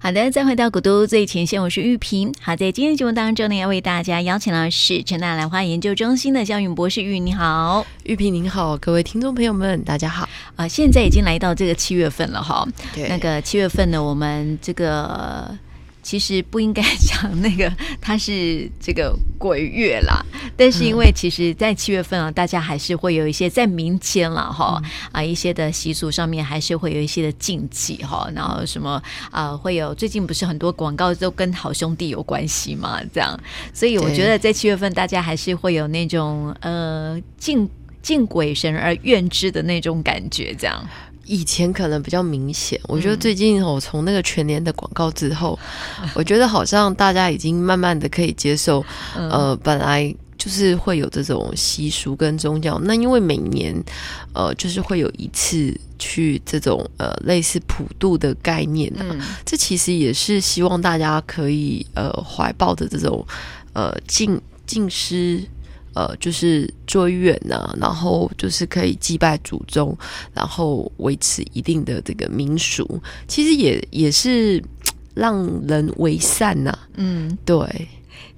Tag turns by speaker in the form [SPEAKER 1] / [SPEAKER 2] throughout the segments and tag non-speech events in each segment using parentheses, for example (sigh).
[SPEAKER 1] 好的，再回到古都最前线，我是玉萍。好，在今天节目当中呢，要为大家邀请到是陈大兰花研究中心的肖允博士，玉你好。
[SPEAKER 2] 玉萍您好，各位听众朋友们，大家好。
[SPEAKER 1] 啊、现在已经来到这个七月份了哈。
[SPEAKER 2] 对
[SPEAKER 1] 那个七月份呢，我们这个呃其实不应该讲那个它是这个鬼月啦，但是因为其实，在七月份啊，大家还是会有一些在民间了哈、啊一些的习俗上面还是会有一些的禁忌哈，然后什么啊、会有最近不是很多广告都跟好兄弟有关系嘛，这样，所以我
[SPEAKER 2] 对
[SPEAKER 1] 觉得在七月份大家还是会有那种呃敬敬鬼神而怨之的那种感觉，这样。
[SPEAKER 2] 以前可能比较明显，我觉得最近我从那个全年的广告之后，我觉得好像大家已经慢慢的可以接受，
[SPEAKER 1] 嗯
[SPEAKER 2] 呃，本来就是会有这种习俗跟宗教。那因为每年，呃，就是会有一次去这种呃类似普渡的概念啊，
[SPEAKER 1] 嗯
[SPEAKER 2] 这其实也是希望大家可以呃怀抱着这种呃敬敬师。呃，就是追远呐、然后就是可以祭拜祖宗，然后维持一定的这个民俗，其实也也是让人为善呐、
[SPEAKER 1] (laughs) 嗯，
[SPEAKER 2] 对，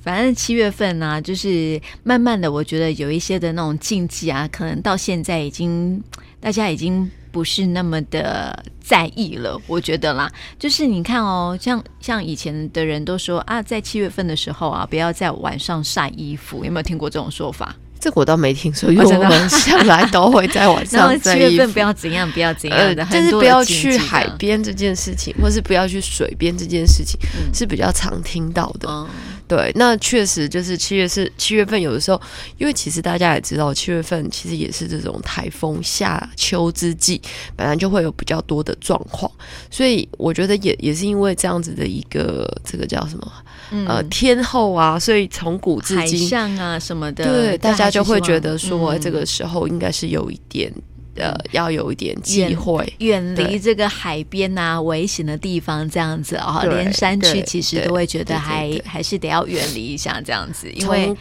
[SPEAKER 1] 反正七月份呢、啊就是慢慢的，我觉得有一些的那种禁忌啊，可能到现在已经大家已经不是那么的在意了，我觉得啦。就是你看哦，像像以前的人都说啊，在七月份的时候啊，不要在晚上晒衣服，有没有听过这种说法？
[SPEAKER 2] 这个我倒没听说，因
[SPEAKER 1] 哦
[SPEAKER 2] 为
[SPEAKER 1] 真的
[SPEAKER 2] 我们向来都会在晚
[SPEAKER 1] 然后
[SPEAKER 2] 上
[SPEAKER 1] 嗯七
[SPEAKER 2] 晒
[SPEAKER 1] 月
[SPEAKER 2] 衣
[SPEAKER 1] 份不
[SPEAKER 2] 服。
[SPEAKER 1] 要怎样，不要怎样
[SPEAKER 2] 呃
[SPEAKER 1] 的，，
[SPEAKER 2] (laughs) 但
[SPEAKER 1] 很
[SPEAKER 2] 是
[SPEAKER 1] 多
[SPEAKER 2] 不
[SPEAKER 1] 的
[SPEAKER 2] 要
[SPEAKER 1] 禁
[SPEAKER 2] 去
[SPEAKER 1] 忌
[SPEAKER 2] 海
[SPEAKER 1] 的。
[SPEAKER 2] 边这件事情，或是不要去水边这件事情，
[SPEAKER 1] 嗯
[SPEAKER 2] 是比较常听到的。
[SPEAKER 1] 嗯
[SPEAKER 2] 对，那确实就是七月是七月份，有的时候，因为其实大家也知道，七月份其实也是这种台风夏秋之际，本来就会有比较多的状况，所以我觉得也也是因为这样子的一个这个叫什么
[SPEAKER 1] 嗯
[SPEAKER 2] 呃天后啊，所以从古至
[SPEAKER 1] 海
[SPEAKER 2] 今，
[SPEAKER 1] 上啊什么的，
[SPEAKER 2] 对大家就会觉得说、
[SPEAKER 1] 嗯
[SPEAKER 2] 这个时候应该是有一点呃要有一点
[SPEAKER 1] 远
[SPEAKER 2] 忌讳，
[SPEAKER 1] 远离
[SPEAKER 2] 对
[SPEAKER 1] 这个海边呐、危险的地方，这样子哦，
[SPEAKER 2] 对
[SPEAKER 1] 连山区
[SPEAKER 2] 对
[SPEAKER 1] 其实
[SPEAKER 2] 对
[SPEAKER 1] 都会觉得
[SPEAKER 2] 对对
[SPEAKER 1] 还
[SPEAKER 2] 对
[SPEAKER 1] 还是得要远离一下这样子，因
[SPEAKER 2] 从
[SPEAKER 1] 为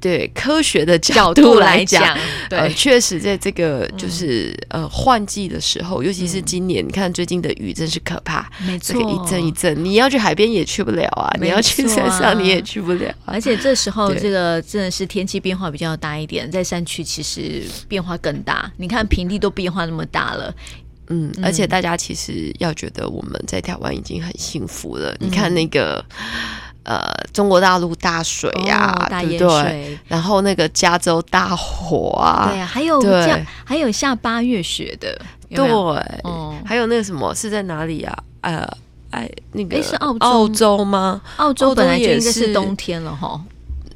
[SPEAKER 2] 对科学的角
[SPEAKER 1] 角
[SPEAKER 2] 度
[SPEAKER 1] 度
[SPEAKER 2] 来
[SPEAKER 1] 来
[SPEAKER 2] 讲。
[SPEAKER 1] 讲，
[SPEAKER 2] 呃，
[SPEAKER 1] 对，嗯
[SPEAKER 2] 确实在这个就是、呃换季的时候，尤其是今年，你看最近的雨真是可怕，
[SPEAKER 1] 没
[SPEAKER 2] 这
[SPEAKER 1] 错，
[SPEAKER 2] 个一阵一阵，你要去海边也去不了啊，
[SPEAKER 1] 没
[SPEAKER 2] 你要去
[SPEAKER 1] 错
[SPEAKER 2] 山
[SPEAKER 1] 啊
[SPEAKER 2] 上你也去不了啊。
[SPEAKER 1] 而且这时候
[SPEAKER 2] 对
[SPEAKER 1] 这个真的是天气变化比较大一点，在山区其实变化更大。你看平地都变化那么大了，
[SPEAKER 2] 嗯，而且大家其实要觉得我们在台湾已经很幸福
[SPEAKER 1] 嗯
[SPEAKER 2] 了，你看那个。呃，中国大陆大水呀、
[SPEAKER 1] 哦大
[SPEAKER 2] 对
[SPEAKER 1] 淹
[SPEAKER 2] 不对？
[SPEAKER 1] 水，
[SPEAKER 2] 然后那个加州大火啊
[SPEAKER 1] 对，啊，还有
[SPEAKER 2] 对
[SPEAKER 1] 这样，还有下八月雪的，有没有？
[SPEAKER 2] 对
[SPEAKER 1] 哦，
[SPEAKER 2] 还有那个什么是在哪里啊？呃，哎，那个
[SPEAKER 1] 诶是澳洲
[SPEAKER 2] 澳洲吗？
[SPEAKER 1] 澳洲
[SPEAKER 2] 澳洲
[SPEAKER 1] 本来就
[SPEAKER 2] 也
[SPEAKER 1] 应该是
[SPEAKER 2] 是
[SPEAKER 1] 冬天了哈，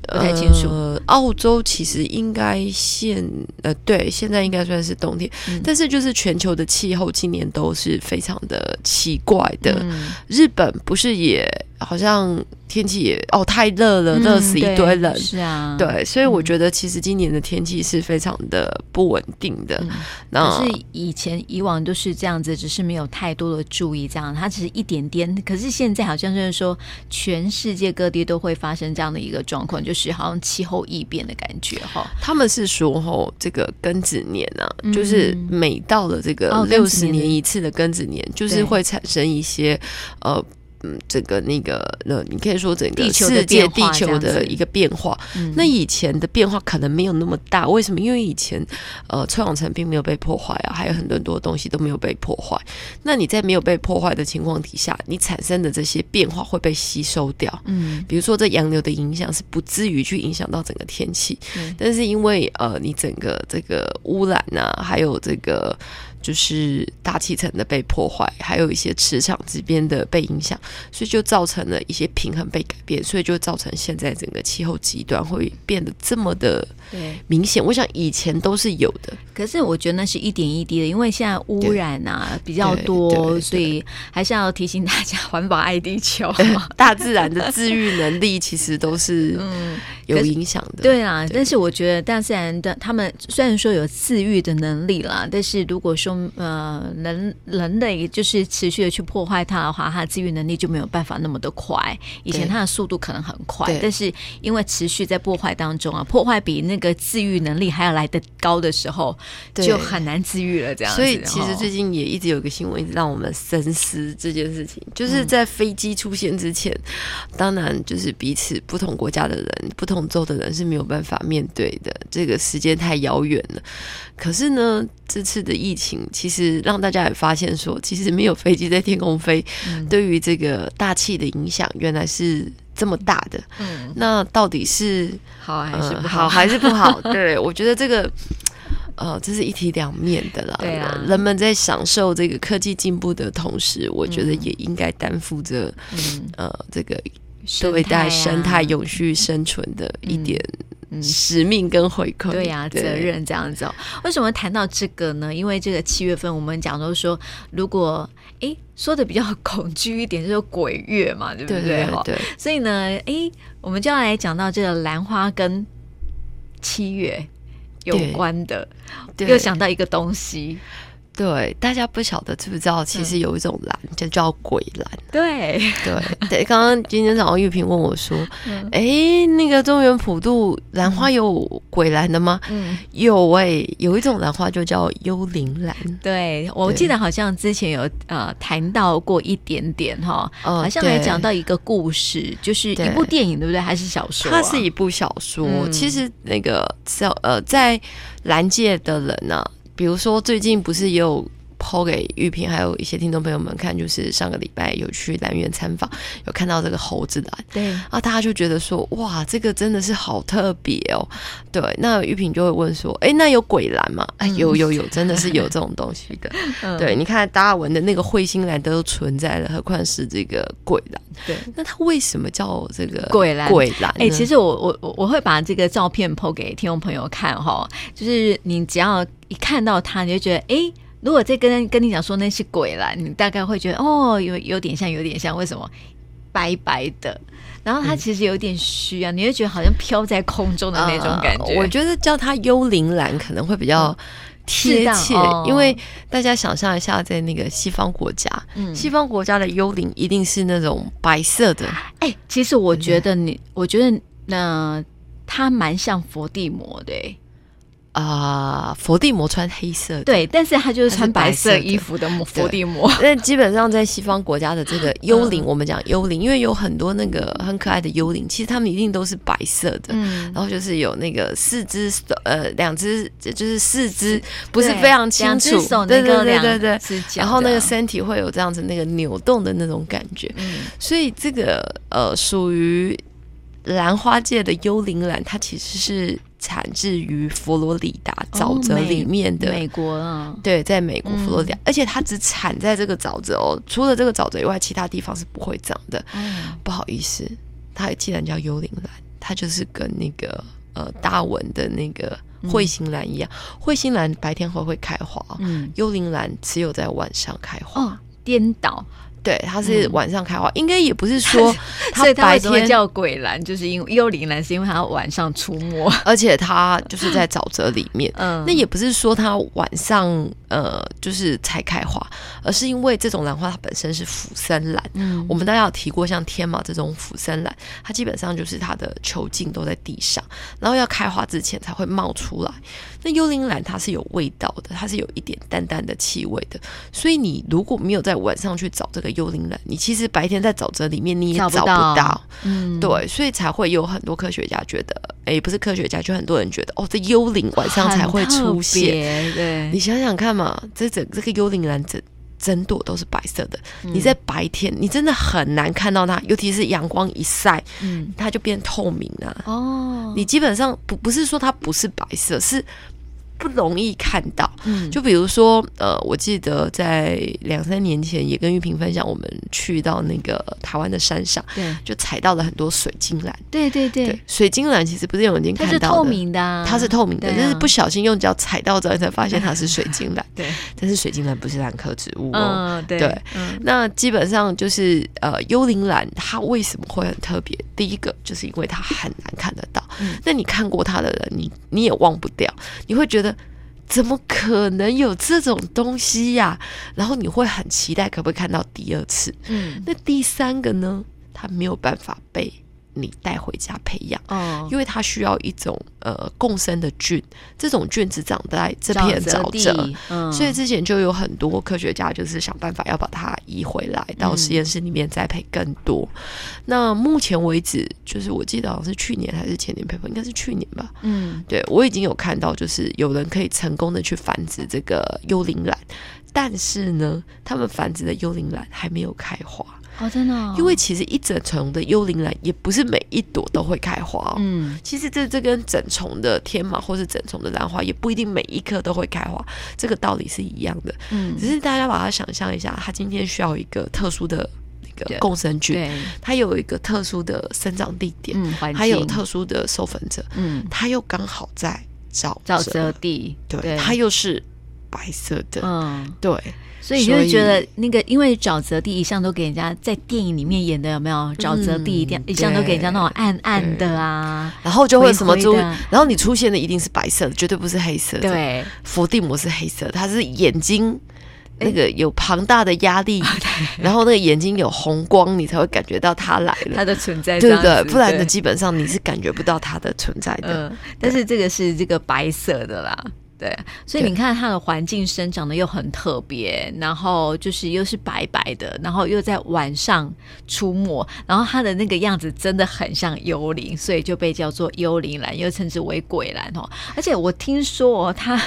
[SPEAKER 1] 不太清楚。
[SPEAKER 2] 呃澳洲其实应该现呃，对，现在应该算是冬天，
[SPEAKER 1] 嗯
[SPEAKER 2] 但是就是全球的气候今年都是非常的奇怪的。
[SPEAKER 1] 嗯
[SPEAKER 2] 日本不是也好像天气也哦太热了，热死一
[SPEAKER 1] 嗯
[SPEAKER 2] 堆
[SPEAKER 1] 对
[SPEAKER 2] 人。
[SPEAKER 1] 是啊，
[SPEAKER 2] 对，所以我觉得其实今年的天气是非常的不稳定的。
[SPEAKER 1] 嗯
[SPEAKER 2] 那
[SPEAKER 1] 可是以前以往都是这样子，只是没有太多的注意这样，它只是一点点。可是现在好像就是说，全世界各地都会发生这样的一个状况，就是好像气候异变的感觉哈。
[SPEAKER 2] 他们是说吼，这个庚子年啊，就是每到了这
[SPEAKER 1] 嗯哦
[SPEAKER 2] 个
[SPEAKER 1] 庚
[SPEAKER 2] 六
[SPEAKER 1] 子
[SPEAKER 2] 十
[SPEAKER 1] 年
[SPEAKER 2] 年一次的庚子年，就是会产生一些呃。嗯，整个那个呃，你可以说整
[SPEAKER 1] 地
[SPEAKER 2] 个
[SPEAKER 1] 球的
[SPEAKER 2] 世界
[SPEAKER 1] 变
[SPEAKER 2] 地
[SPEAKER 1] 化
[SPEAKER 2] 球
[SPEAKER 1] 这样
[SPEAKER 2] 的
[SPEAKER 1] 子
[SPEAKER 2] 一个变化。
[SPEAKER 1] 嗯
[SPEAKER 2] 那以前的变化可能没有那么大，为什么？因为以前呃，臭氧层并没有被破坏啊，还有很多很多东西都没有被破坏。那你在没有被破坏的情况底下，你产生的这些变化会被吸收掉。
[SPEAKER 1] 嗯，
[SPEAKER 2] 比如说这洋流的影响是不至于去影响到整个天气
[SPEAKER 1] 对，
[SPEAKER 2] 但是因为呃你整个这个污染啊，还有这个就是大气层的被破坏，还有一些磁场这边的被影响，所以就造成了一些平衡被改变，所以就造成现在整个气候极端会变得这么的
[SPEAKER 1] 对。
[SPEAKER 2] 明显。我想以前都是有的，
[SPEAKER 1] 可是我觉得那是一点一滴的，因为现在污染啊比较
[SPEAKER 2] 对对
[SPEAKER 1] 多，
[SPEAKER 2] 对
[SPEAKER 1] 所以还是要提
[SPEAKER 2] (laughs)
[SPEAKER 1] 醒大家环保爱地球。 (laughs)
[SPEAKER 2] 大自然的治愈能力其实都是
[SPEAKER 1] 嗯，
[SPEAKER 2] 有
[SPEAKER 1] 可是
[SPEAKER 2] 影响的。
[SPEAKER 1] 对啊，
[SPEAKER 2] 对
[SPEAKER 1] 但是我觉得大自然的他们虽然说有自愈的能力啦，但是如果说呃人人类就是持续的去破坏它的话，它的自愈能力就没有办法那么的快。以前
[SPEAKER 2] 对
[SPEAKER 1] 它的速度可能很快
[SPEAKER 2] 对，
[SPEAKER 1] 但是因为持续在破坏当中啊，破坏比那个自愈能力还要来得高的时候，
[SPEAKER 2] 对
[SPEAKER 1] 就很难自愈了。这样子，
[SPEAKER 2] 所以其实
[SPEAKER 1] 哦
[SPEAKER 2] 最近也一直有一个新闻，一直让我们深思这件事情，
[SPEAKER 1] 嗯
[SPEAKER 2] 就是在飞机出现之前，当然就是彼此不同国家的人、不同州的人是没有办法面对的，这个时间太遥远了。可是呢，这次的疫情其实让大家也发现说，其实没有飞机在天空飞，
[SPEAKER 1] 嗯
[SPEAKER 2] (laughs) 对于这个大气的影响原来是这么大的。
[SPEAKER 1] 嗯，
[SPEAKER 2] 那到底是
[SPEAKER 1] 好还是
[SPEAKER 2] 嗯
[SPEAKER 1] 不
[SPEAKER 2] 好还是不
[SPEAKER 1] (laughs)
[SPEAKER 2] 好？对，我觉得这个。呃，这是一体两面的啦。
[SPEAKER 1] 对啊
[SPEAKER 2] 人们在享受这个科技进步的同时，我觉得也应该担负着、
[SPEAKER 1] 嗯，
[SPEAKER 2] 呃这个
[SPEAKER 1] 生
[SPEAKER 2] 对待
[SPEAKER 1] 态
[SPEAKER 2] 生
[SPEAKER 1] 啊
[SPEAKER 2] 态永续生存的一点
[SPEAKER 1] 嗯
[SPEAKER 2] 使命跟回馈。
[SPEAKER 1] 对呀、责。任这样子哦。为什么谈到这个呢？因为这个七月份我们讲都说，如果诶说的比较 (laughs) 恐惧一点，就是鬼月嘛，对不
[SPEAKER 2] 对
[SPEAKER 1] 对
[SPEAKER 2] 对
[SPEAKER 1] 哦
[SPEAKER 2] 对，
[SPEAKER 1] 所以呢，诶，我们就要来讲到这个兰花跟七月有
[SPEAKER 2] 对
[SPEAKER 1] 关的，
[SPEAKER 2] 对
[SPEAKER 1] 又想到一个东西，
[SPEAKER 2] 对大家不晓得知不知道，
[SPEAKER 1] 嗯
[SPEAKER 2] 其实有一种蓝，就叫鬼蓝。
[SPEAKER 1] 对，
[SPEAKER 2] 对对，刚刚今天早上玉萍问我说
[SPEAKER 1] (laughs) 嗯：“
[SPEAKER 2] 哎、那个中原普渡兰花有鬼兰的吗？”
[SPEAKER 1] 嗯，
[SPEAKER 2] 有哎、有一种兰花就叫幽灵兰，
[SPEAKER 1] 对，我记得好像之前有呃谈到过一点点哈、
[SPEAKER 2] 哦
[SPEAKER 1] 好像还
[SPEAKER 2] 对
[SPEAKER 1] 讲到一个故事，就是一
[SPEAKER 2] 对
[SPEAKER 1] 部电影，对不对？还是小说啊、
[SPEAKER 2] 它是一部小说。
[SPEAKER 1] 嗯
[SPEAKER 2] 其实那个小呃，在兰界的人呢、比如说最近不是也有。抛给玉萍，还有一些听众朋友们看，就是上个礼拜有去兰园参访，有看到这个猴子兰，
[SPEAKER 1] 对，
[SPEAKER 2] 啊，大家就觉得说，哇，这个真的是好特别哦。对，那玉萍就会问说，哎，那有鬼兰吗？哎，有有有，真的是有这种东西的。
[SPEAKER 1] 嗯
[SPEAKER 2] 对，你看达尔文的那个彗星兰都存在了，何况是这个鬼兰？
[SPEAKER 1] 对。
[SPEAKER 2] 那它为什么叫这个
[SPEAKER 1] 鬼兰
[SPEAKER 2] 鬼兰呢，
[SPEAKER 1] 哎、其实我我我我会把这个照片抛给听众朋友看哈，就是你只要一看到它，你就觉得哎。如果再跟跟你讲说那是鬼啦，你大概会觉得哦，有有点像，有点像，为什么？白白的，然后它其实有点虚啊，你会觉得好像飘在空中的那种感觉。嗯
[SPEAKER 2] 呃我觉得叫它幽灵兰可能会比较贴
[SPEAKER 1] 适
[SPEAKER 2] 切，
[SPEAKER 1] 当哦
[SPEAKER 2] 因为大家想象一下，在那个西方国家，
[SPEAKER 1] 嗯
[SPEAKER 2] 西方国家的幽灵一定是那种白色的，
[SPEAKER 1] 哎、其实我觉得你，我觉得那、呃、它蛮像伏地魔的、哎
[SPEAKER 2] 啊、佛地魔穿黑色的。
[SPEAKER 1] 对，但是它就是
[SPEAKER 2] 它是
[SPEAKER 1] 穿白
[SPEAKER 2] 白
[SPEAKER 1] 色
[SPEAKER 2] 色的
[SPEAKER 1] 衣服的伏地魔。
[SPEAKER 2] 那基本上在西方国家的这个幽
[SPEAKER 1] 嗯
[SPEAKER 2] 灵，我们讲幽灵，因为有很多那个很可爱的幽灵，其实他们一定都是白色的。
[SPEAKER 1] (laughs) 嗯，
[SPEAKER 2] 然后就是有那个四肢呃两只就是四肢不
[SPEAKER 1] 不
[SPEAKER 2] 是非常清楚，对对对对对，然后那个身体会有这样子那个扭动的那种感觉，
[SPEAKER 1] 嗯
[SPEAKER 2] 所以这个呃属于兰花界的幽灵兰，它其实是产自于佛罗里达沼泽里面的
[SPEAKER 1] 美国啊，
[SPEAKER 2] 对，在美国
[SPEAKER 1] 嗯
[SPEAKER 2] 佛罗里达，而且它只产在这个沼泽哦，除了这个沼泽以外，其他地方是不会长的。
[SPEAKER 1] 嗯
[SPEAKER 2] 不好意思，它既然叫幽灵兰，它就是跟那个呃大文的那个
[SPEAKER 1] 嗯
[SPEAKER 2] 彗星兰一样，彗星兰白天会会开花哦，
[SPEAKER 1] 嗯
[SPEAKER 2] 幽灵兰只有在晚上开花。
[SPEAKER 1] 哦，颠倒，
[SPEAKER 2] 对，它是
[SPEAKER 1] 嗯
[SPEAKER 2] 晚上开花，应该也不
[SPEAKER 1] (laughs)
[SPEAKER 2] 是说它
[SPEAKER 1] 所以它
[SPEAKER 2] 白
[SPEAKER 1] 为什么
[SPEAKER 2] 天，
[SPEAKER 1] 叫鬼兰，就是因为幽灵兰，是因为它晚上出
[SPEAKER 2] (laughs)
[SPEAKER 1] 没。
[SPEAKER 2] 而且它就是在沼泽里面。
[SPEAKER 1] 嗯
[SPEAKER 2] 那也不是说它晚上呃就是才开花，而是因为这种兰花它本身是腐生兰。
[SPEAKER 1] 嗯
[SPEAKER 2] 我们大家有提过，像天马这种腐生兰，它基本上就是它的球茎都在地上，然后要开花之前才会冒出来。那幽灵兰它是有味道的，它是有一点淡淡的气味的，所以你如果没有在晚上去找这个幽灵兰，你其实白天在沼泽里面你也
[SPEAKER 1] 找
[SPEAKER 2] 找
[SPEAKER 1] 不
[SPEAKER 2] 不
[SPEAKER 1] 到
[SPEAKER 2] 到
[SPEAKER 1] 嗯，
[SPEAKER 2] 对，所以才会有很多科学家觉得，诶，不是科学家，就很多人觉得，哦，这幽灵晚上才会出现。
[SPEAKER 1] 很特别，对，
[SPEAKER 2] 你想想看嘛，这整这个幽灵兰整整朵都是白色的，
[SPEAKER 1] 嗯
[SPEAKER 2] 你在白天你真的很难看到它，尤其是阳光一晒，
[SPEAKER 1] 嗯
[SPEAKER 2] 它就变透明了、
[SPEAKER 1] 哦，
[SPEAKER 2] 你基本上不不是说它不是白色，是不容易看到。
[SPEAKER 1] 嗯
[SPEAKER 2] 就比如说，呃，我记得在两三年前也跟玉萍分享，我们去到那个台湾的山上，
[SPEAKER 1] 对
[SPEAKER 2] 就采到了很多水晶兰。
[SPEAKER 1] 对对对
[SPEAKER 2] 对，，水晶兰其实不是有人已经
[SPEAKER 1] 它
[SPEAKER 2] 看
[SPEAKER 1] 是
[SPEAKER 2] 到
[SPEAKER 1] 透
[SPEAKER 2] 的
[SPEAKER 1] 明的啊，
[SPEAKER 2] 它是透明的，
[SPEAKER 1] 对啊
[SPEAKER 2] 但是不小心用脚踩到之后才发现它是水
[SPEAKER 1] (laughs)。
[SPEAKER 2] 晶兰
[SPEAKER 1] 对，
[SPEAKER 2] 但是水晶兰不是兰科植物哦。
[SPEAKER 1] 嗯对
[SPEAKER 2] 对
[SPEAKER 1] 嗯
[SPEAKER 2] 那基本上就是呃，幽灵兰它为什么会很特别？第一个就是因为它很难看得到，
[SPEAKER 1] 嗯
[SPEAKER 2] 那你看过他的人，你你也忘不掉，你会觉得。怎么可能有这种东西呀、然后你会很期待，可不可以看到第二次？
[SPEAKER 1] 嗯，
[SPEAKER 2] 那第三个呢？它没有办法被你带回家培养，
[SPEAKER 1] 哦，
[SPEAKER 2] 因为它需要一种呃共生的菌，这种菌只长在这片哦沼
[SPEAKER 1] 地
[SPEAKER 2] 泽。，
[SPEAKER 1] 嗯，
[SPEAKER 2] 所以之前就有很多科学家就是想办法要把它移回来到实验室里面栽培更多。那目前为止，就是我记得好像是去年还是前年 paper，应该是去年吧。
[SPEAKER 1] 嗯
[SPEAKER 2] 对我已经有看到，就是有人可以成功的去繁殖这个幽灵兰，但是呢，他们繁殖的幽灵兰还没有开花。
[SPEAKER 1] 哦，真的哦，
[SPEAKER 2] 因为其实一整丛的幽灵兰也不是每一朵都会开花哦。
[SPEAKER 1] 嗯
[SPEAKER 2] 其实这这跟整丛的天马或是整丛的兰花也不一定每一颗都会开花，这个道理是一样的。
[SPEAKER 1] 嗯
[SPEAKER 2] 只，是大家把它想象一下，它今天需要一个特殊的那
[SPEAKER 1] 对
[SPEAKER 2] 个共生菌，
[SPEAKER 1] 对，
[SPEAKER 2] 它有一个特殊的生长地点，
[SPEAKER 1] 嗯，环境
[SPEAKER 2] 它有特殊的授粉者，
[SPEAKER 1] 嗯
[SPEAKER 2] 它又刚好在沼
[SPEAKER 1] 沼
[SPEAKER 2] 泽
[SPEAKER 1] 泽，地，
[SPEAKER 2] 对，它又是白色的，
[SPEAKER 1] 嗯，
[SPEAKER 2] 对，
[SPEAKER 1] 所以你就
[SPEAKER 2] 所
[SPEAKER 1] 会觉
[SPEAKER 2] 以
[SPEAKER 1] 得那个，因为沼泽地一向都给人家在电影里面演的有没有？沼泽地一定
[SPEAKER 2] 嗯
[SPEAKER 1] 一向都给人家那种暗暗
[SPEAKER 2] 对
[SPEAKER 1] 的啊，
[SPEAKER 2] 然后就会什么
[SPEAKER 1] 灰
[SPEAKER 2] 猪
[SPEAKER 1] 灰的，
[SPEAKER 2] 然后你出现的一定是白色的，绝对不是黑色的。
[SPEAKER 1] 对，
[SPEAKER 2] 伏地魔是黑色的，他是眼睛那个有庞大的压力，然后那个眼睛有红光，你才会感觉到他来
[SPEAKER 1] 它
[SPEAKER 2] 了，
[SPEAKER 1] 的存在这
[SPEAKER 2] 对
[SPEAKER 1] 样
[SPEAKER 2] 不
[SPEAKER 1] 子，
[SPEAKER 2] 对？不然呢，基本上你是感觉不到它的存在的。
[SPEAKER 1] 嗯，但是这个是这个白色的啦。对，所以
[SPEAKER 2] 对
[SPEAKER 1] 你看它的环境生长的又很特别，然后就是又是白白的，然后又在晚上出没，然后它的那个样子真的很像幽灵，所以就被叫做幽灵兰，又称之为鬼兰哦。而且我听说哦，它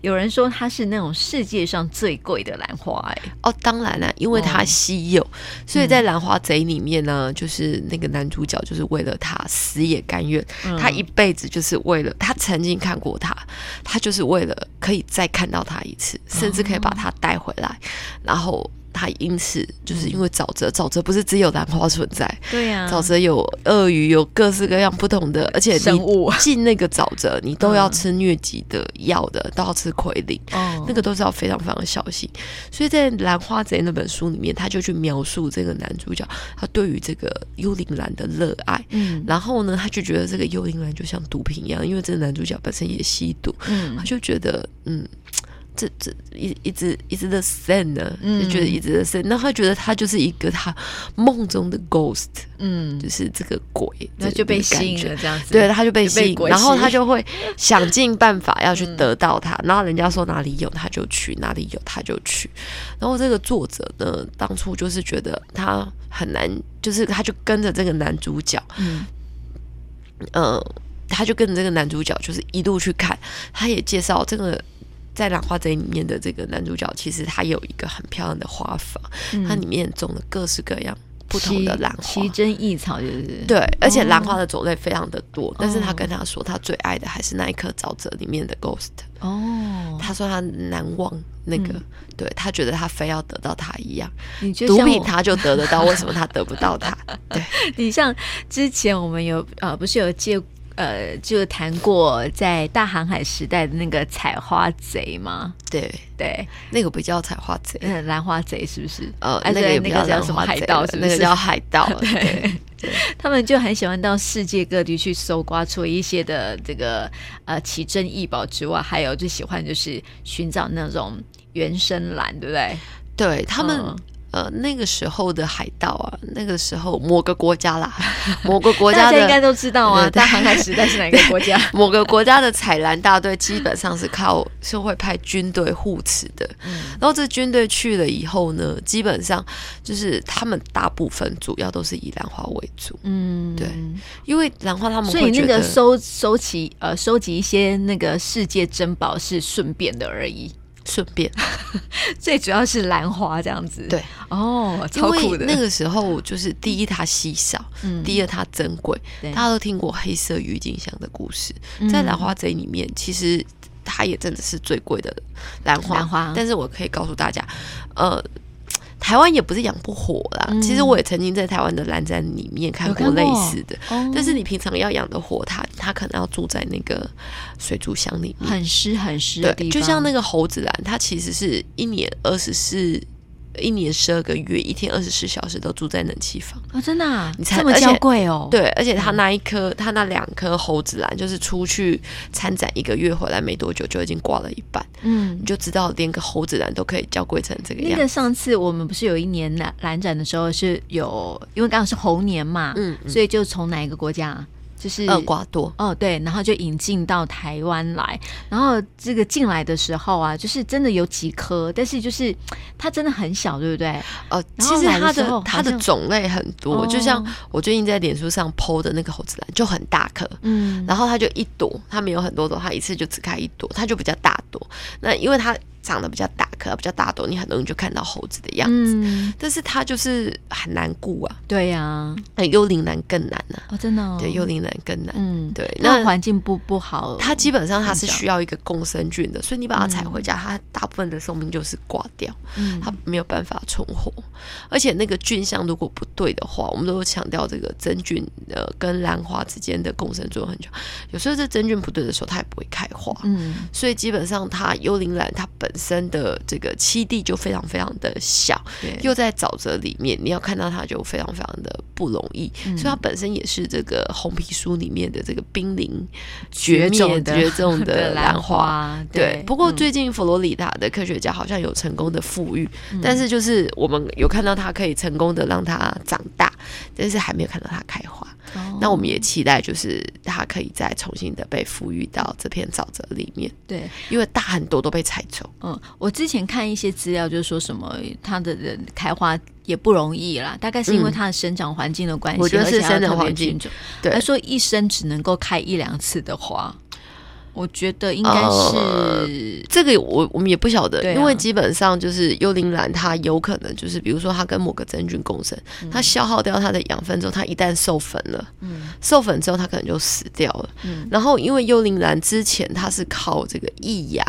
[SPEAKER 1] 有人说它是那种世界上最贵的兰花、哎，
[SPEAKER 2] 哦，当然啦、因为它
[SPEAKER 1] 哦嗯
[SPEAKER 2] 稀有，所以在《兰花贼》里面呢，就是那个男主角就是为了它死也甘愿，
[SPEAKER 1] 嗯
[SPEAKER 2] 他一辈子就是为了他曾经看过他，他就是为了可以再看到他一次，
[SPEAKER 1] 哦
[SPEAKER 2] 甚至可以把他带回来，然后。他因此就是因为沼泽，沼泽不是只有兰花存在，
[SPEAKER 1] 对呀、啊，
[SPEAKER 2] 沼泽有鳄鱼，有各式各样不同的，而且
[SPEAKER 1] 生
[SPEAKER 2] 你
[SPEAKER 1] 物嗯
[SPEAKER 2] 进那个沼泽，你都要吃疟疾的药的，都要吃奎林，
[SPEAKER 1] 哦
[SPEAKER 2] 那个都是要非常非常小心。所以在《兰花贼》那本书里面，他就去描述这个男主角他对于这个幽灵兰的热爱，
[SPEAKER 1] 嗯
[SPEAKER 2] 然后呢，他就觉得这个幽灵兰就像毒品一样，因为这个男主角本身也吸毒，
[SPEAKER 1] 嗯
[SPEAKER 2] 他就觉得嗯。这这一一直一直的 sin 呢，
[SPEAKER 1] 嗯
[SPEAKER 2] 就觉得一直的 sin，那他觉得他就是一个他梦中的 ghost，
[SPEAKER 1] 嗯
[SPEAKER 2] 就，是这个鬼，
[SPEAKER 1] 那
[SPEAKER 2] 这
[SPEAKER 1] 就被
[SPEAKER 2] 这个
[SPEAKER 1] 吸
[SPEAKER 2] 感
[SPEAKER 1] 引
[SPEAKER 2] 觉
[SPEAKER 1] 了这样子，
[SPEAKER 2] 对，他就被
[SPEAKER 1] 就被
[SPEAKER 2] 吸引，
[SPEAKER 1] 鬼
[SPEAKER 2] 然后
[SPEAKER 1] (laughs)
[SPEAKER 2] 他
[SPEAKER 1] 吸嗯
[SPEAKER 2] 就会想尽办法要去得到他，然后人家说哪里有他就去，哪里有他就去。然后这个作者呢，当初就是觉得他很难，就是他就跟着这个男主角，
[SPEAKER 1] 嗯
[SPEAKER 2] 呃，他就跟着这个男主角就是一路去看，他也介绍这个。在《兰花贼》里面的这个男主角，其实他有一个很漂亮的花房，
[SPEAKER 1] 嗯
[SPEAKER 2] 它里面种了各式各样不同的
[SPEAKER 1] 奇
[SPEAKER 2] 兰花，
[SPEAKER 1] 奇珍异草就是
[SPEAKER 2] 对，
[SPEAKER 1] 哦
[SPEAKER 2] 而且兰花的种类非常的多，但是他跟他说，他最爱的还是那一颗沼泽里面的 ghost。
[SPEAKER 1] 哦，
[SPEAKER 2] 他说他难忘那个，对他觉得他非要得到它一样，
[SPEAKER 1] 你嗯就
[SPEAKER 2] 毒
[SPEAKER 1] 像
[SPEAKER 2] 品
[SPEAKER 1] 我
[SPEAKER 2] 他就
[SPEAKER 1] (laughs)
[SPEAKER 2] 得得到，为什么他得不到它？对，
[SPEAKER 1] 你像之前我们有呃，不是有借呃，就谈过在大航海时代的那个采花贼吗？
[SPEAKER 2] 对，
[SPEAKER 1] 对，
[SPEAKER 2] 那个不叫采花贼，
[SPEAKER 1] 嗯，兰花贼是不是？
[SPEAKER 2] 呃，
[SPEAKER 1] 哎
[SPEAKER 2] 那个
[SPEAKER 1] 对
[SPEAKER 2] 也不
[SPEAKER 1] 那个叫
[SPEAKER 2] 兰
[SPEAKER 1] 什么
[SPEAKER 2] 花
[SPEAKER 1] 海
[SPEAKER 2] 贼
[SPEAKER 1] 盗
[SPEAKER 2] 了
[SPEAKER 1] 是不
[SPEAKER 2] 那个
[SPEAKER 1] 是
[SPEAKER 2] 叫海盗了。
[SPEAKER 1] (laughs) 对
[SPEAKER 2] 对，
[SPEAKER 1] 他们就很喜欢到世界各地去搜刮，除了一些的这个呃奇珍异宝之外，还有最喜欢就是寻找那种原生兰，对不对？
[SPEAKER 2] 对他们、
[SPEAKER 1] 嗯
[SPEAKER 2] 呃那个时候的海盗啊，那个时候某个国
[SPEAKER 1] (laughs)
[SPEAKER 2] 家啦，某个国
[SPEAKER 1] 大
[SPEAKER 2] 家
[SPEAKER 1] 家
[SPEAKER 2] 的
[SPEAKER 1] 应该都知道啊，
[SPEAKER 2] 对对
[SPEAKER 1] 大航海时代是哪个国
[SPEAKER 2] (laughs)
[SPEAKER 1] 家？
[SPEAKER 2] 某个国家的采蓝大队基本上是靠是会派军队护持的，
[SPEAKER 1] 嗯
[SPEAKER 2] 然后这军队去了以后呢，基本上就是他们大部分主要都是以兰花为主，
[SPEAKER 1] 嗯，
[SPEAKER 2] 对因为兰花他们
[SPEAKER 1] 所以
[SPEAKER 2] 会觉
[SPEAKER 1] 那
[SPEAKER 2] 得
[SPEAKER 1] 个收收集呃收集一些那个世界珍宝是顺便的而已， (laughs)
[SPEAKER 2] 顺便，
[SPEAKER 1] 最主要是兰花这样子。
[SPEAKER 2] 对，
[SPEAKER 1] 哦，
[SPEAKER 2] 因
[SPEAKER 1] 超酷
[SPEAKER 2] 为
[SPEAKER 1] 的。
[SPEAKER 2] 那个时候就是第一它稀少，
[SPEAKER 1] 嗯
[SPEAKER 2] 第二它珍贵，
[SPEAKER 1] 对嗯
[SPEAKER 2] 大家都听过黑色郁金香的故事，在兰花贼里面其实。它也真的是最贵的兰花，
[SPEAKER 1] 兰花
[SPEAKER 2] 但是我可以告诉大家，呃，台湾也不是养不活啦。
[SPEAKER 1] 嗯
[SPEAKER 2] 其实我也曾经在台湾的兰展里面看过
[SPEAKER 1] 有看
[SPEAKER 2] 类
[SPEAKER 1] 过
[SPEAKER 2] 似的，
[SPEAKER 1] 哦
[SPEAKER 2] 但是你平常要养得活它，它可能要住在那个水族箱里面。
[SPEAKER 1] 很湿很湿的
[SPEAKER 2] 对，
[SPEAKER 1] 地方，
[SPEAKER 2] 就像那
[SPEAKER 1] 个
[SPEAKER 2] 个猴子兰，它其实是一年二十四一年十二个月，一天二十四小时都住在冷气房。
[SPEAKER 1] 哦，真的、啊，
[SPEAKER 2] 你才
[SPEAKER 1] 这么娇贵哦。，
[SPEAKER 2] 对，而且他那一颗，他那两颗猴子兰，就是出去参展一个月回来没多久就已经挂了一半，
[SPEAKER 1] 嗯
[SPEAKER 2] 你，就知道连个猴子兰都可以娇贵成这个
[SPEAKER 1] 那
[SPEAKER 2] 样
[SPEAKER 1] 个上次我们不是有一年蓝蓝展的时候是有，因为刚好是猴年嘛，
[SPEAKER 2] 嗯嗯
[SPEAKER 1] 所以就从哪一个国家啊，就是
[SPEAKER 2] 厄瓜多，
[SPEAKER 1] 哦，对，然后就引进到台湾来，然后这个进来的时候啊，就是真的有几颗，但是就是它真的很小，对不对？
[SPEAKER 2] 呃，
[SPEAKER 1] 然
[SPEAKER 2] 其
[SPEAKER 1] 后
[SPEAKER 2] 实
[SPEAKER 1] 来的
[SPEAKER 2] 它
[SPEAKER 1] 时候
[SPEAKER 2] 的
[SPEAKER 1] 好
[SPEAKER 2] 它的
[SPEAKER 1] 像
[SPEAKER 2] 种类很多，
[SPEAKER 1] 哦
[SPEAKER 2] 就像我最近在脸书上 PO 的那个猴子兰就很大颗，
[SPEAKER 1] 嗯，
[SPEAKER 2] 然后它就一朵，它没有很多朵，它一次就只开一朵，它就比较大朵。那因为它长得比较大颗，比较大朵，你很容易就看到猴子的样子。
[SPEAKER 1] 嗯，
[SPEAKER 2] 但是它就是很难顾啊，
[SPEAKER 1] 对呀、
[SPEAKER 2] 呃幽灵兰更难啊，
[SPEAKER 1] 哦，真的、哦，
[SPEAKER 2] 对，幽灵兰更难。
[SPEAKER 1] 嗯，
[SPEAKER 2] 对
[SPEAKER 1] 那
[SPEAKER 2] 那
[SPEAKER 1] 环境不不好，
[SPEAKER 2] 它基本上它是
[SPEAKER 1] 很小
[SPEAKER 2] 需要一个共生菌的，所以你把它采回家，它大部分的寿命就是挂掉。
[SPEAKER 1] 嗯
[SPEAKER 2] 它没有办法存活，而且那个菌相如果不对的话，我们都有强调这个真菌呃跟兰花之间的共生作用很强，有时候这真菌不对的时候，它也不会开花，
[SPEAKER 1] 嗯
[SPEAKER 2] 所以基本上它幽灵兰它本身的这个栖地就非常非常的小，
[SPEAKER 1] 对，
[SPEAKER 2] 又在沼泽里面，你要看到它就非常非常的不容易，
[SPEAKER 1] 嗯
[SPEAKER 2] 所以它本身也是这个红皮书里面的这个濒临绝
[SPEAKER 1] (laughs)
[SPEAKER 2] 灭
[SPEAKER 1] 种的
[SPEAKER 2] 绝种 (laughs) 的兰花。对
[SPEAKER 1] 对，，
[SPEAKER 2] 不过
[SPEAKER 1] 嗯
[SPEAKER 2] 最近佛罗里达的科学家好像有成功的富裕，
[SPEAKER 1] 嗯
[SPEAKER 2] 但是就是我们有看到它可以成功的让它长大，但是还没有看到它开花。
[SPEAKER 1] 哦
[SPEAKER 2] 那我们也期待就是它可以再重新的被富裕到这片沼泽里面，
[SPEAKER 1] 对，
[SPEAKER 2] 因为大很多都被采走。
[SPEAKER 1] 嗯，我之前看一些资料，就是说什么它的人开花也不容易啦，大概是因为
[SPEAKER 2] 嗯
[SPEAKER 1] 它的生长环境的关系，
[SPEAKER 2] 我觉得
[SPEAKER 1] 而且
[SPEAKER 2] 是
[SPEAKER 1] 还要
[SPEAKER 2] 生长
[SPEAKER 1] 特别
[SPEAKER 2] 环境
[SPEAKER 1] 菌种。
[SPEAKER 2] 对
[SPEAKER 1] 他说一生只能够开一两次的花，我觉得应该
[SPEAKER 2] 呃
[SPEAKER 1] 是、
[SPEAKER 2] 这个我我们也不晓得，
[SPEAKER 1] 对啊
[SPEAKER 2] 因为基本上就是幽灵兰，它有可能就是比如说它跟某个真菌共生，它消耗掉它的养分之后，它一旦授粉了，
[SPEAKER 1] 嗯
[SPEAKER 2] 授粉之后它可能就死掉了。
[SPEAKER 1] 嗯
[SPEAKER 2] 然后因为幽灵兰之前它是靠这个益芽，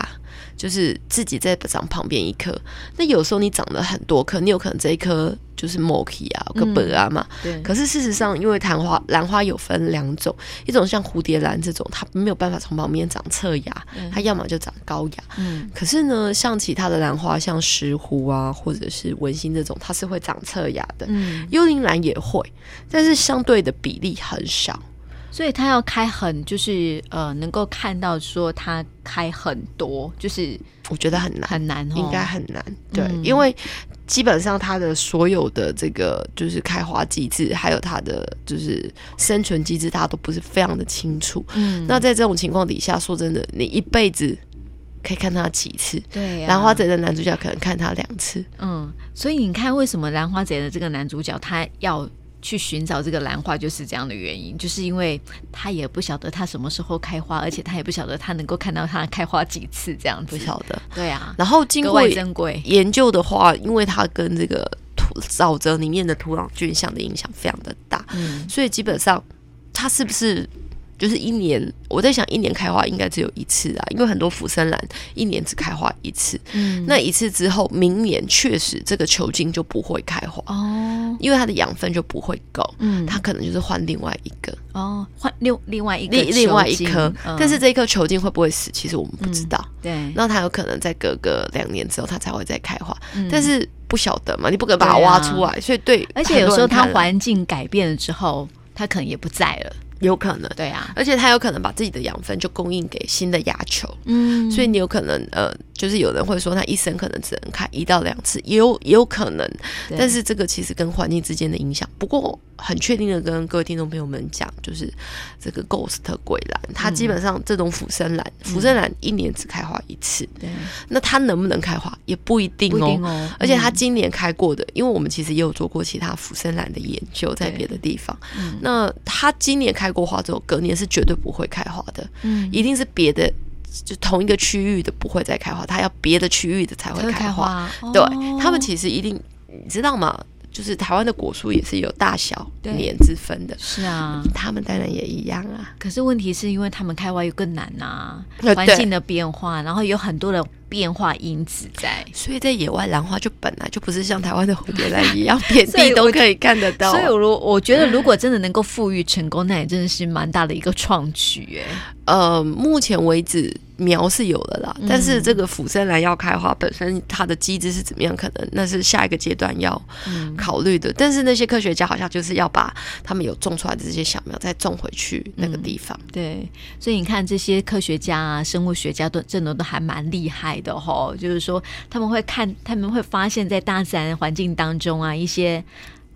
[SPEAKER 2] 就是自己在长旁边一颗。那有时候你长了很多颗，你有可能这一颗就是
[SPEAKER 1] 嗯
[SPEAKER 2] monkey 啊，有个本啊嘛。
[SPEAKER 1] 对，
[SPEAKER 2] 可是事实上，因为昙花兰花有分两种，一种像蝴蝶兰这种，它没有办法从旁边长侧芽，
[SPEAKER 1] 嗯
[SPEAKER 2] 它要么就长高芽。
[SPEAKER 1] 嗯
[SPEAKER 2] 可是呢，像其他的兰花，像石斛啊，或者是文心这种，它是会长侧芽的。
[SPEAKER 1] 嗯，
[SPEAKER 2] 幽灵兰也会，但是相对的比例很少。
[SPEAKER 1] 所以它要开很就是呃，能够看到说它开很多，就是
[SPEAKER 2] 我觉得很难，
[SPEAKER 1] 很难哦，
[SPEAKER 2] 应该很难，对，
[SPEAKER 1] 嗯
[SPEAKER 2] 因为基本上它的所有的这个就是开花机制，还有它的就是生存机制，它都不是非常的清楚。
[SPEAKER 1] 嗯，
[SPEAKER 2] 那在这种情况底下，说真的，你一辈子可以看它几次？
[SPEAKER 1] 对、啊，
[SPEAKER 2] 兰花贼的男主角可能看它两次，
[SPEAKER 1] 嗯，所以你看，为什么《兰花贼》的这个男主角他要去寻找这个兰花，就是这样的原因，就是因为他也不晓得他什么时候开花，而且他也不晓得他能够看到它开花几次这样
[SPEAKER 2] 不
[SPEAKER 1] 子。
[SPEAKER 2] 晓得。
[SPEAKER 1] 对啊，
[SPEAKER 2] 然后经
[SPEAKER 1] 格
[SPEAKER 2] 过
[SPEAKER 1] 外珍贵。
[SPEAKER 2] 研究的话，因为它跟这个土沼泽里面的土壤菌相的影响非常的大，
[SPEAKER 1] 嗯
[SPEAKER 2] 所以基本上它是不是就是一年？我在想，一年开花应该只有一次啊，因为很多浮生兰一年只开花一次，
[SPEAKER 1] 嗯，
[SPEAKER 2] 那一次之后，明年确实这个球茎就不会开花，
[SPEAKER 1] 哦，
[SPEAKER 2] 因为它的养分就不会够。
[SPEAKER 1] 嗯，
[SPEAKER 2] 它可能就是换另外一个，
[SPEAKER 1] 哦换另另外一个
[SPEAKER 2] 另另外一
[SPEAKER 1] 球
[SPEAKER 2] 颗
[SPEAKER 1] 茎，嗯
[SPEAKER 2] 但是这一颗球茎会不会死，其实我们不知道。
[SPEAKER 1] 对，
[SPEAKER 2] 那它有可能再隔个两年之后，它才会再开花，
[SPEAKER 1] 嗯
[SPEAKER 2] 但是不晓得嘛，你不可能把它
[SPEAKER 1] 对啊
[SPEAKER 2] 挖出来，所以对，
[SPEAKER 1] 而且有时候
[SPEAKER 2] 很多人
[SPEAKER 1] 它
[SPEAKER 2] 看了
[SPEAKER 1] 环境改变了之后，它可能也不在了。
[SPEAKER 2] 有可能，
[SPEAKER 1] 对啊，
[SPEAKER 2] 而且它有可能把自己的养分就供应给新的芽球，
[SPEAKER 1] 嗯
[SPEAKER 2] 所以你有可能呃，就是有人会说它一生可能只能开一到两次，也有也有可能，
[SPEAKER 1] 对
[SPEAKER 2] 但是这个其实跟环境之间的影响。不过很确定的跟各位听众朋友们讲，就是这个 ghost 鬼兰，
[SPEAKER 1] 嗯
[SPEAKER 2] 它基本上这种浮生兰，浮生兰一年只开花一次，
[SPEAKER 1] 对，
[SPEAKER 2] 那它能不能开花也不一定
[SPEAKER 1] 不一
[SPEAKER 2] 哦。
[SPEAKER 1] 定哦。
[SPEAKER 2] 而且它今年开过的，因为我们其实也有做过其他浮生兰的研究，在
[SPEAKER 1] 对
[SPEAKER 2] 别的地方。
[SPEAKER 1] 嗯
[SPEAKER 2] 那它今年开过花之后，隔年是绝对不会开花的，
[SPEAKER 1] 嗯
[SPEAKER 2] 一定是别的就同一个区域的不会再开花，它要别的区域的才
[SPEAKER 1] 才
[SPEAKER 2] 会
[SPEAKER 1] 会
[SPEAKER 2] 开
[SPEAKER 1] 开
[SPEAKER 2] 花。
[SPEAKER 1] 花，
[SPEAKER 2] 对
[SPEAKER 1] 哦，
[SPEAKER 2] 他们其实一定，你知道吗？就是台湾的果树也是有大小
[SPEAKER 1] 对
[SPEAKER 2] 年之分的，
[SPEAKER 1] 是啊，
[SPEAKER 2] 他们当然也一样啊。
[SPEAKER 1] 可是问题是因为他们开挖又更难呐、啊
[SPEAKER 2] 呃
[SPEAKER 1] 环
[SPEAKER 2] 对
[SPEAKER 1] 境的变化，然后有很多的变化因子在。
[SPEAKER 2] 所以在野外兰花就本来就不是像台湾的蝴蝶兰一
[SPEAKER 1] (laughs)
[SPEAKER 2] 样，遍
[SPEAKER 1] 所以
[SPEAKER 2] 地
[SPEAKER 1] 我
[SPEAKER 2] 都可以看得到。啊
[SPEAKER 1] 所以我如，我觉得如果真的能够富裕成功，那也真的是蛮大的一个创举哎。
[SPEAKER 2] 呃，目前为止苗是有了啦，
[SPEAKER 1] 嗯
[SPEAKER 2] 但是这个腐生兰要开花，本身它的机制是怎么样，可能那是下一个阶段要
[SPEAKER 1] 嗯
[SPEAKER 2] 考虑的。但是那些科学家好像就是要把他们有种出来的这些小苗再种回去那个地方。
[SPEAKER 1] 对，所以你看这些科学家啊、生物学家都真的都还蛮厉害的吼、就是说他们会看，他们会发现，在大自然环境当中啊，一些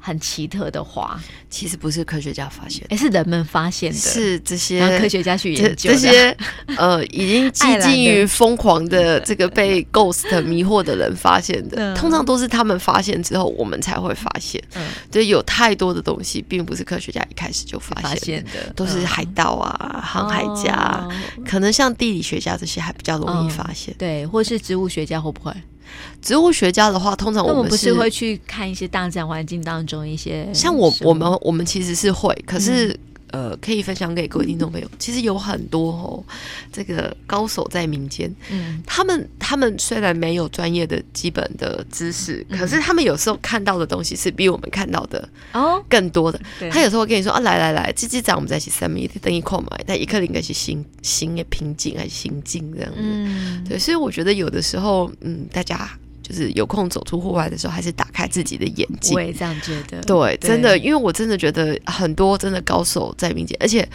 [SPEAKER 1] 很奇特的花，
[SPEAKER 2] 其实不是科学家发现的，
[SPEAKER 1] 也是人们发现的，
[SPEAKER 2] 是这些
[SPEAKER 1] 然后科学家去
[SPEAKER 2] 这
[SPEAKER 1] 研究
[SPEAKER 2] 这
[SPEAKER 1] 的。
[SPEAKER 2] 些呃，已
[SPEAKER 1] (laughs)
[SPEAKER 2] 经
[SPEAKER 1] 爱
[SPEAKER 2] 接
[SPEAKER 1] 兰
[SPEAKER 2] 近于
[SPEAKER 1] 的
[SPEAKER 2] 疯狂
[SPEAKER 1] (laughs)
[SPEAKER 2] 的这个被 ghost 迷惑的人发现的，
[SPEAKER 1] 嗯
[SPEAKER 2] 通常都是他们发现之后，我们才会发现。
[SPEAKER 1] 嗯
[SPEAKER 2] 对，有太多的东西，并不是科学家一开始就发
[SPEAKER 1] 发
[SPEAKER 2] 现
[SPEAKER 1] 现
[SPEAKER 2] 的，
[SPEAKER 1] 的嗯
[SPEAKER 2] 都是海盗啊、航海家啊、
[SPEAKER 1] 哦
[SPEAKER 2] 可能像地理学家这些还比较容易发现。
[SPEAKER 1] 嗯对，或是植物学家会不会？
[SPEAKER 2] 植物学家的话，通常
[SPEAKER 1] 那我们
[SPEAKER 2] 我们
[SPEAKER 1] 不
[SPEAKER 2] 是
[SPEAKER 1] 是会嗯去看一些大自然环境当中一些
[SPEAKER 2] 像我
[SPEAKER 1] 生物
[SPEAKER 2] 我们我们其实是会，
[SPEAKER 1] 嗯
[SPEAKER 2] 可是。呃，可以分享给各位听众朋友。其实有很多哦，这个高手在民间，
[SPEAKER 1] 嗯
[SPEAKER 2] 他们他们虽然没有专业的基本的知识，
[SPEAKER 1] 嗯
[SPEAKER 2] 可是他们有时候看到的东西是比我们看到的
[SPEAKER 1] 哦，
[SPEAKER 2] 更多的。
[SPEAKER 1] 对
[SPEAKER 2] 他有时候会跟你说啊，来来来，这这长我们在一起三米，等一块嘛，但一克林个是心心的瓶颈还是心境这样子。
[SPEAKER 1] 嗯
[SPEAKER 2] 对，所以我觉得有的时候，嗯，大家就是有空走出户外的时候，还是打开自己的眼睛
[SPEAKER 1] 我。也这样觉得，
[SPEAKER 2] 对，真的，因为我真的觉得很多真的高手在民间，而且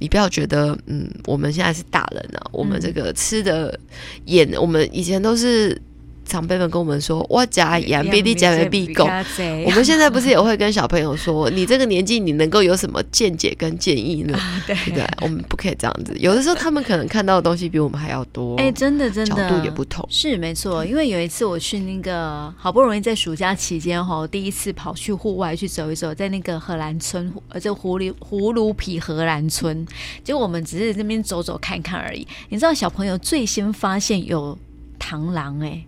[SPEAKER 2] 你不要觉得，嗯，我们现在是大人
[SPEAKER 1] 嗯
[SPEAKER 2] 啊，我们这个吃的盐，我们以前都是长辈们跟我们说，我夹盐比你夹的必够。
[SPEAKER 1] 哎
[SPEAKER 2] 我们现在不是也会跟小朋友说，你这个年纪你能够有什么见解跟建议呢？
[SPEAKER 1] 啊对
[SPEAKER 2] 对不对？我们不可以这样子。有的时候他们可能看到的东西比我们还要多，
[SPEAKER 1] 哎、真的真的
[SPEAKER 2] 角度也不同。嗯
[SPEAKER 1] 是没错，因为有一次我去那个好不容易在暑假期间哈，第一次跑去户外去走一走，在那个荷兰村，呃，这葫芦葫芦皮荷兰村，结果我们只是那边走走看看而已。你知道小朋友最先发现有螳螂哎、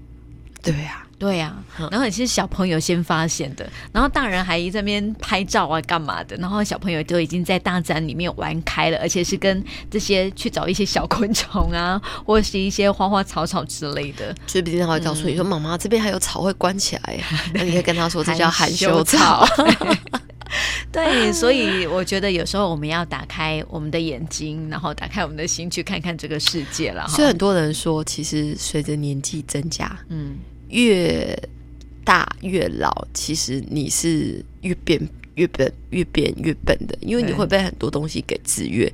[SPEAKER 2] 对呀、
[SPEAKER 1] 对呀、啊，然后也是小朋友先发现的，然后大人还在那边拍照啊，干嘛的？然后小朋友都已经在大自然里面玩开了，而且是跟这些去找一些小昆虫啊， (laughs) 或是一些花花草草之类的。
[SPEAKER 2] 啊，说不定他会告诉你
[SPEAKER 1] 嗯
[SPEAKER 2] 说：“妈妈，这边还有草会关起
[SPEAKER 1] (laughs)
[SPEAKER 2] 来。”那你可以跟他说：“这叫含羞草。
[SPEAKER 1] 含羞草。 (laughs) 对，所以我觉得有时候我们要打开我们的眼睛，然后打开我们的心，去看看这个世界了”
[SPEAKER 2] 所
[SPEAKER 1] 哈。
[SPEAKER 2] 以很多人说，其实随着年纪增加，
[SPEAKER 1] 嗯，
[SPEAKER 2] 越大越老，其实你是越变越笨、越变越笨的，因为你
[SPEAKER 1] 对
[SPEAKER 2] 会被很多东西给制约，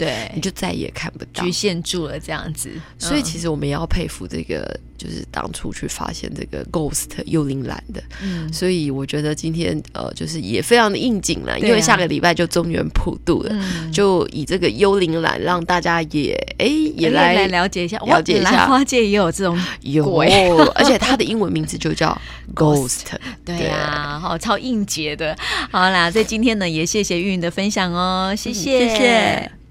[SPEAKER 1] 对，
[SPEAKER 2] 你就再也看不到
[SPEAKER 1] 局。限住了这样子，
[SPEAKER 2] 所以
[SPEAKER 1] 嗯
[SPEAKER 2] 其实我们也要佩服这个，就是当初去发现这个 ghost 幽灵兰的。
[SPEAKER 1] 嗯
[SPEAKER 2] 所以我觉得今天呃，就是也非常的应景了，
[SPEAKER 1] 对啊
[SPEAKER 2] 因为下个礼拜就中原普渡了，
[SPEAKER 1] 嗯
[SPEAKER 2] 就以这个幽灵兰让大家也哎也
[SPEAKER 1] 来
[SPEAKER 2] 来
[SPEAKER 1] 了解一下，
[SPEAKER 2] 了解一下
[SPEAKER 1] 哇兰花界也有这种，
[SPEAKER 2] 有哦
[SPEAKER 1] 鬼， (laughs)
[SPEAKER 2] 而且它的英文名字就叫 ghost。
[SPEAKER 1] 对啊呀、好、超应节的。好啦，在今天呢，也谢谢玉云的分享哦，谢谢，
[SPEAKER 2] 谢谢。